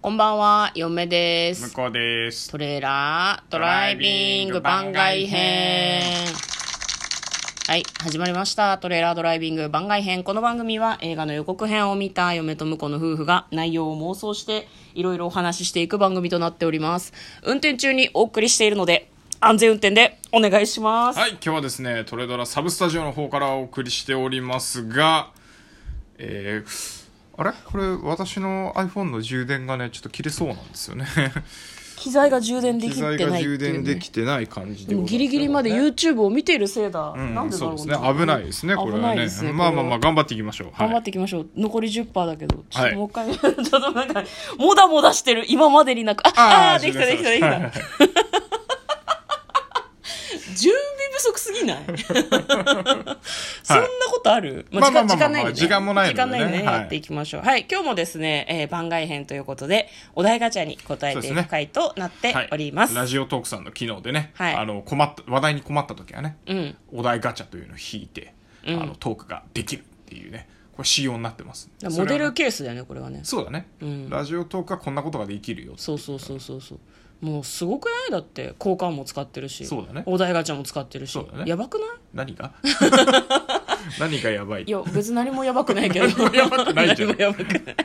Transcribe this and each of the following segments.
こんばんは、嫁で向す。こうです。トレーラードライビング番外編。はい、始まりました。トレーラードライビング番外編。この番組は映画の予告編を見た嫁と婿の夫婦が内容を妄想していろいろお話ししていく番組となっております。運転中にお送りしているので安全運転でお願いします。はい、今日はですね、トレドラサブスタジオの方からお送りしておりますが、えー、あれこれ私の iPhone の充電がね、ちょっと切れそうなんですよね。機材が充 電でき機てないっ材ていう、がね。充電できてない感じででごもざギいますリギリまで YouTube を見ているせいだ。うんなんでだそろううですね。危ないですね、これはね。危ないですねまあまあまあ、これは頑張っていきましょう。頑張はっていきましょう。残り10%だけど。ちょっはといもう一回、 ちょっとなんか、もだもだしてる。今までになく。あ、ああーーできたできたできはいた。準備不足すぎないそんなことある、まあ、時ま間あま時間あまなあまいあのね時間もないの時間でねないのね、はいやっていきましょうはい今日もですね、えー番外編ということでお題ガチャに答えていそうですくね回となってい。はいおりますラジオトークさんの機能でね、はいあの困った話題に困った時はね、うんお題ガチャというのを引いて、あのトークができるっていうね、これ仕様になってます。モデそれはルねケースだよねこれはねそうだね、んラジオトークはこんなことができるよそうそうそうそうそうもうすごくないだって交換も使ってるしそうだねお題ガチャも使ってるし、そうだねやばくない何が 何がやばいいや別に何もやばくないけど やばくないじゃん何もやばくない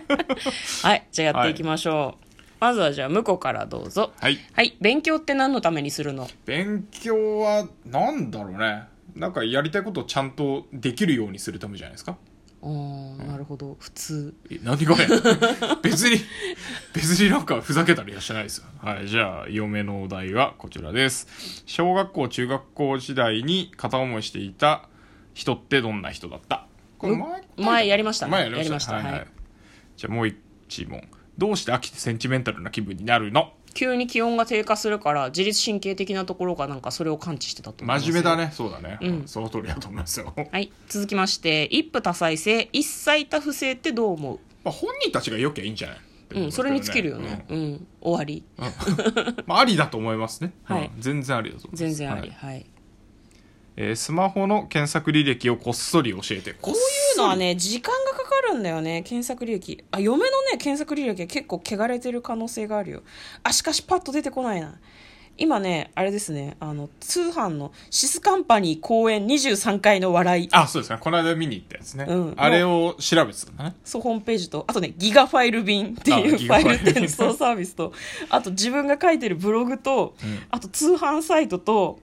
はいじゃあやっていきましょう、まずはじゃあ向こうからどうぞはいはい勉強って何のためにするの勉強はなんだろうねなんかやりたいことをちゃんとできるようにするためじゃないですかあーなるほど普通え何がや 別に別になんかふざけたりはしてないですよはいじゃあ嫁のお題はこちらです小学校中学校時代に片思いしていた人ってどんな人だったこれ前前やりましたね前やりましたやりましたはい、ははいい、じゃあもう一問どうして飽きてセンチメンタルな気分になるの急に気温が低下するから自律神経的なところがなんかそれを感知してたと思います真面目だねそうだね、うんうんその通りだと思いますよまはい続きまして一夫多妻制一妻多夫制ってどう思うあ本人たちが良きゃいいんじゃないうん、それに尽きるよね。、うん、終わり。うんまあ、ありだと思いますね、はいうん全然ありだと思います全然あはり。いはい。えースマホの検索履歴をこっそり教えてここういうのはね、時間がかかるんだよね、検索履歴。あ、嫁のね、検索履歴は結構汚れてる可能性があるよ。あ、しかしパッと出てこないな。今ね、あれですね、あの、通販のシスカンパニー公演23階の笑い。あそうですねこの間見に行ったやつね、うんあれを調べてたんだねそう、ホームページと、あとね、ギガファイル便っていうフあギァガファイルイル転送サービス と、あと自分が書いてるブログと、んあと通販サイトと、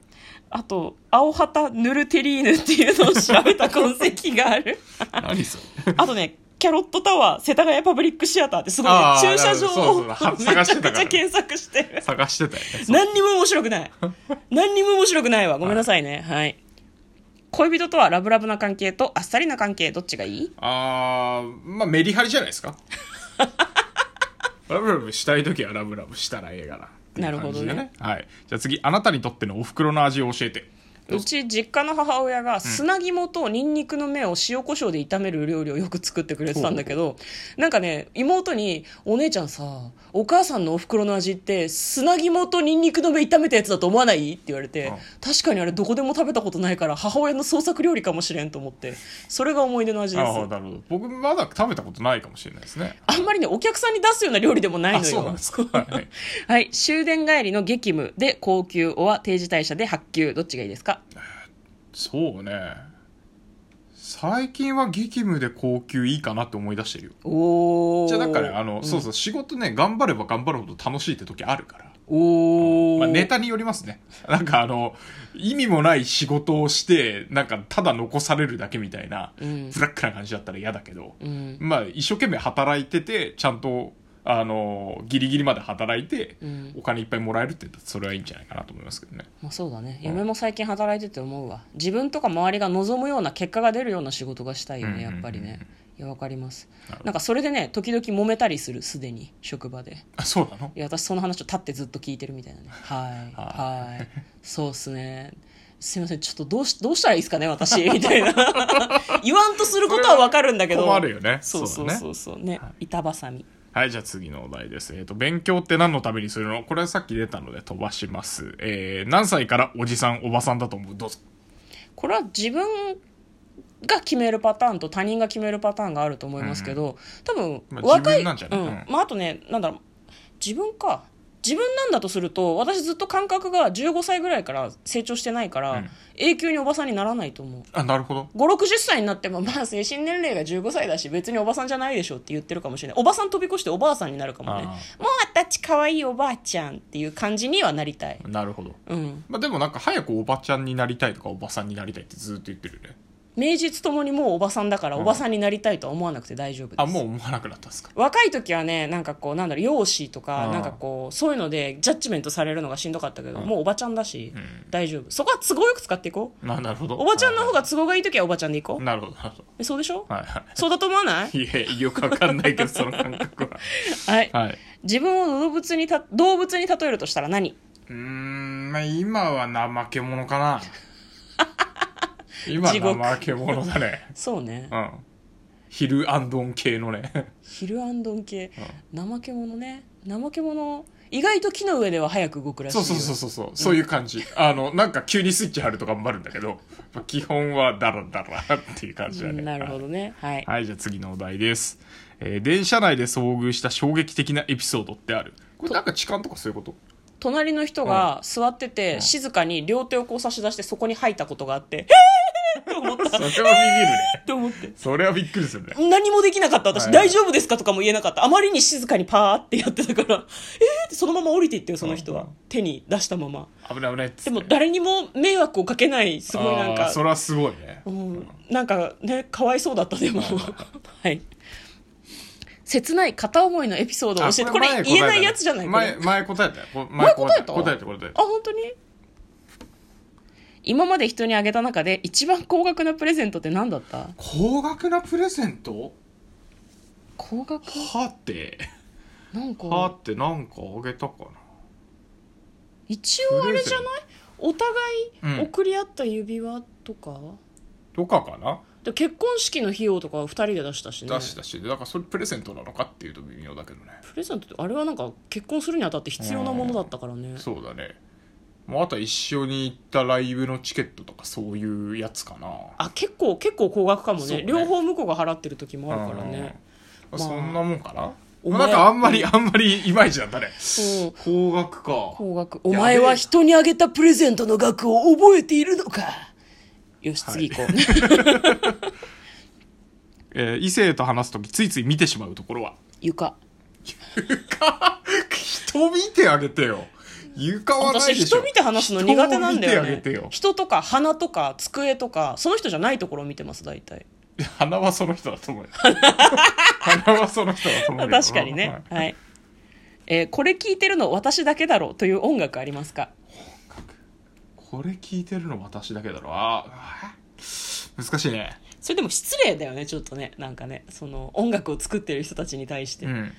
あと、青旗ヌルテリーヌっていうのを調べた痕跡がある。何そ れあとね、キャロットタワー、世田谷パブリックシアターってすごいね、あー駐車場をなめるちほゃ くちゃどそうそう探してたからね検索してる。探してたよね何にも面白く ない。何にも面白くないわ。ごめんなさいね。はい。恋人とはラブラブな関係とあっさりな関係どっちがいいあーまあメリハリじゃないですかラブラブしたい時はラブラブしたらええがなっていう感じでなるはい、じゃあ次あなたにとってのお袋の味を教えてうち実家の母親が砂肝とニンニクの芽を塩コショウで炒める料理をよく作ってくれてたんだけどなんかね妹に「お姉ちゃんさお母さんのお袋の味って砂肝とニンニクの芽炒めたやつだと思わない?」って言われてあ確かにあれどこでも食べたことないから母親の創作料理かもしれんと思ってそれが思い出の味あですあなるほど僕まだ食べたことないかもしれないですねあんまりねお客さんに出すような料理でもないあのそうなよんです か、はい、はい終電帰りの激務で高級おは定時退社で発給どっちがいいですかそうね最近は激務で高級いいかなって思い出してるよおおじゃあだからあの、そうそう仕事ね頑張れば頑張るほど楽しいって時あるからおお、まあ、ネタによりますね。 なんかあの、意味もない仕事をして、なんかただ残されるだけみたいな、うんブラックな感じだったら嫌だけど、うんまあ一生懸命働いてて、ちゃんと、あの、ギリギリまで働いて、うんお金いっぱいもらえるって言ったらそれはいいんじゃないかなと思いますけどね。まあ、そうだね嫁も最近働いてて思うわ自分とか周りが望むような結果が出るような仕事がしたいよねやっぱりうんうんうねいやわかりますなるほどなんかそれでね時々揉めたりするすでに職場であ、そうなのいや私その話を立ってずっと聞いてるみたいなねはいははいそうっすねすいませんちょっとどうしどうしたらいいですかね私みたい な言わんとすることはわかるんだけど困るよね。そうそうだそうそうね板挟みはい、じゃあ次のお題です。えっ、と、勉強って何のためにするのこれはさっき出たので飛ばします。えー、何歳からおじさん、おばさんだと思うどうぞ。これは自分が決めるパターンと他人が決めるパターンがあると思いますけど、多分まあ若自い、分なんじゃないうんうんまあ、あとねなんだろう自分か自分なんだとすると私ずっと感覚が15歳ぐらいから成長してないから、うん永久におばさんにならないと思うあなるほど560歳になってもまあ精神年齢が15歳だし別におばさんじゃないでしょって言ってるかもしれないおばさん飛び越しておばあさんになるかもねああもう私可愛いおばあちゃんっていう感じにはなりたいなるほどうんまあでもなんか早くおばちゃんになりたいとかおばさんになりたいってずっと言ってるよね名実ともにもうおばさんだからうんおばさんになりたいとは思わなくて大丈夫ですあもう思わなくなったんですか若い時はねなんかこうなんだろう容姿とかうんなんかこうそういうのでジャッジメントされるのがしんどかったけどうんもうおばちゃんだしうん大丈夫そこは都合よく使っていこうまあなるほどおばちゃんの方が都合がいい時はおばちゃんでいこなるほどなるほうえそうでしょどはいはそうだと思わない いいやよくわかんないけどその感覚ははいはい自分を動物にた動物に例えるとしたら何うーんまあ今は怠け者か な今地獄怠け者だねそうねうんヒルアンドン系のねヒルアンドン系怠け者ね怠け者意外と木の上では早く動くらしいそようそうそうそうそうそういう感じあのなんか急にスイッチ入ると頑張るんだけどまあ基本はダラダラっていう感じだねなるほどねはいはい、じゃあ次のお題です。えー電車内で遭遇した衝撃的なエピソードってあるこれなんか痴漢とかそういうこと隣の人が座っててん静かに両手をこう差し出してそこに吐いたことがあって、えーと思ったっそれはビビるね。て思ってそれはびっくりするね。何もできなかった私、はい大丈夫ですかとかも言えなかったあまりに静かにパーってやってたからえーってそのまま降りていってよその人は、うん手に出したまま危ない危ないっつって。でも誰にも迷惑をかけないすごいなんあーかそれはすごいね。うん、なんかねかわいそうだったでも はい切ない片思いのエピソードをあ教えてこれ前言えない答やつじゃないこれ前、前答えたよ。こ前答えた答えた答えあた。本当に今まで人にあげた中で一番高額なプレゼントって何だった高額なプレゼント高額はて、なんかはてなんかあげたか一応あれじゃないお互うんい送り合った指輪とか、なとかかなで結婚式の費用とかは2人で出したしね出したし、だからそれプレゼントなのかっていうと微妙だけどね。プレゼントってあれはなんか結婚するにあたって必要なものだったからねそうだね。もうあとは一緒に行ったライブのチケットとかそういうやつかな。あ結構結構高額かもそねうね両方向こうが払ってる時もあるからねうん。まあそんなもんかな。おな前んかあんまり、あんまりいまいちだったね。うん高額か。高額べおえ前は人にあげたプレゼントの額を覚えているのかよし次行こう、えー異性と話すときついつい見てしまうところは。床 人見てあげてよ。床はな私いでしょ。人見て話すの苦手なんだよ人を見ねてあげてよ。人とか鼻とか机とかその人じゃないところを見てます大体鼻はその人だと思 うよ。鼻はその人だと思うよ。確かにねうん。はい、えーこれ聞いてるの私だけだろうという音楽ありますかこれ聞いてるの私だけだろ。あー難しいね。それでも失礼だよねちょっとねなんかねその音楽を作ってる人たちに対して、うん。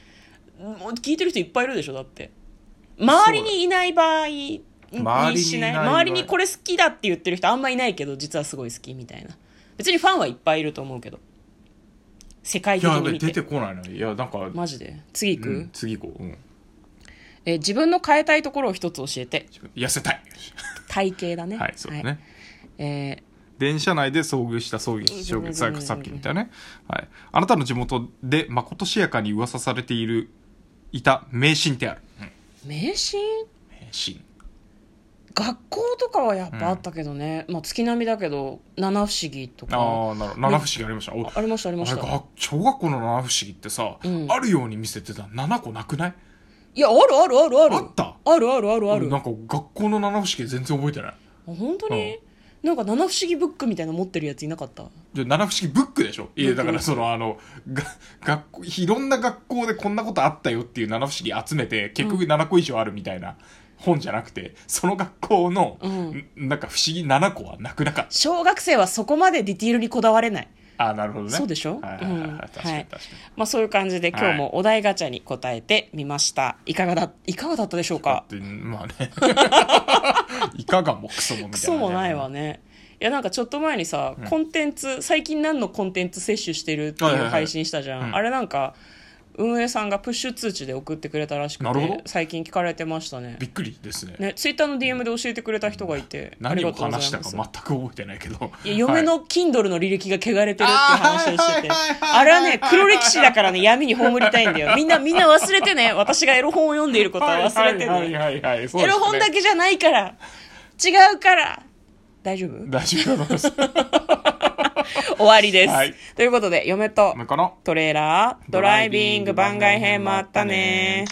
もう聞いてる人いっぱいいるでしょだって周りにいない場合周りににしないいない場合周りにこれ好きだって言ってる人あんまいないけど実はすごい好きみたいな別にファンはいっぱいいると思うけど世界い的や、に見出ててこないの。いや、なんか、マジで次行く、うん、次行こう。うんえー自分の変えたいところを一つ教えて痩せ たい。体型だねはい、そうだね。え電車内で遭遇した遭遇衝撃ささっきみたいなね、はい、あなたの地元でまことしやかに噂されているいた迷信ってある、うん、ー迷信迷信学校とかはやっぱあったけどね、まあ月並みだけど七不思議とあかあなるほど七不思議ありましたおありましたありまあしれたが小学校の七不思議ってさ、うんあるように見せてた7個なくないいやあるあるあるあるあったあるあるあるあるなんか学校の七不思議全然覚えてないあ本当に、なんか七不思議ブックみたいなの持ってるやついなかったじゃあ七不思議ブックでしょいやブッだクからそのあのが学校いろんな学校でこんなことあったよっていう七不思議集めて結局7個以上あるみたいな本じゃなくてその学校の、うんなんか不思議7個はなくなかった小学生はそこまでディティールにこだわれない、あなるほどねそうでしょはいはいはい、うん確かはにい確かまあ、そういう感じで今日もお題ガチャに答えてみました、い、かがだいかがだったでしょうかに、まあね いかがもクソもみクたいなね、ソもないわねいやなんかちょっと前にさ、コンテンツ最近何のコンテンツ摂取してるってはいいはいうはい配信したじゃん、うんあれなんか運営さんがプッシュ通知で送ってくれたらしくなるほどて最近聞かれてましたねびっくりですねねツイッターの DM で教えてくれた人がいてあり何がをとうござい話したまかす全く覚えてないけどいや嫁はいの Kindle の履歴が汚れてるっていう話をしててあはいはいはいはいはいあれはね黒歴史だからね闇に葬りたいんだよみ んなみんな忘れてね私がエロ本を読んでいることは忘れてね、はいはいはいはいそうエですねロ本だけじゃないから違うから大丈夫大丈夫 です終わりです、はいということで嫁と向こうのトレーラードライビング番外編もあったね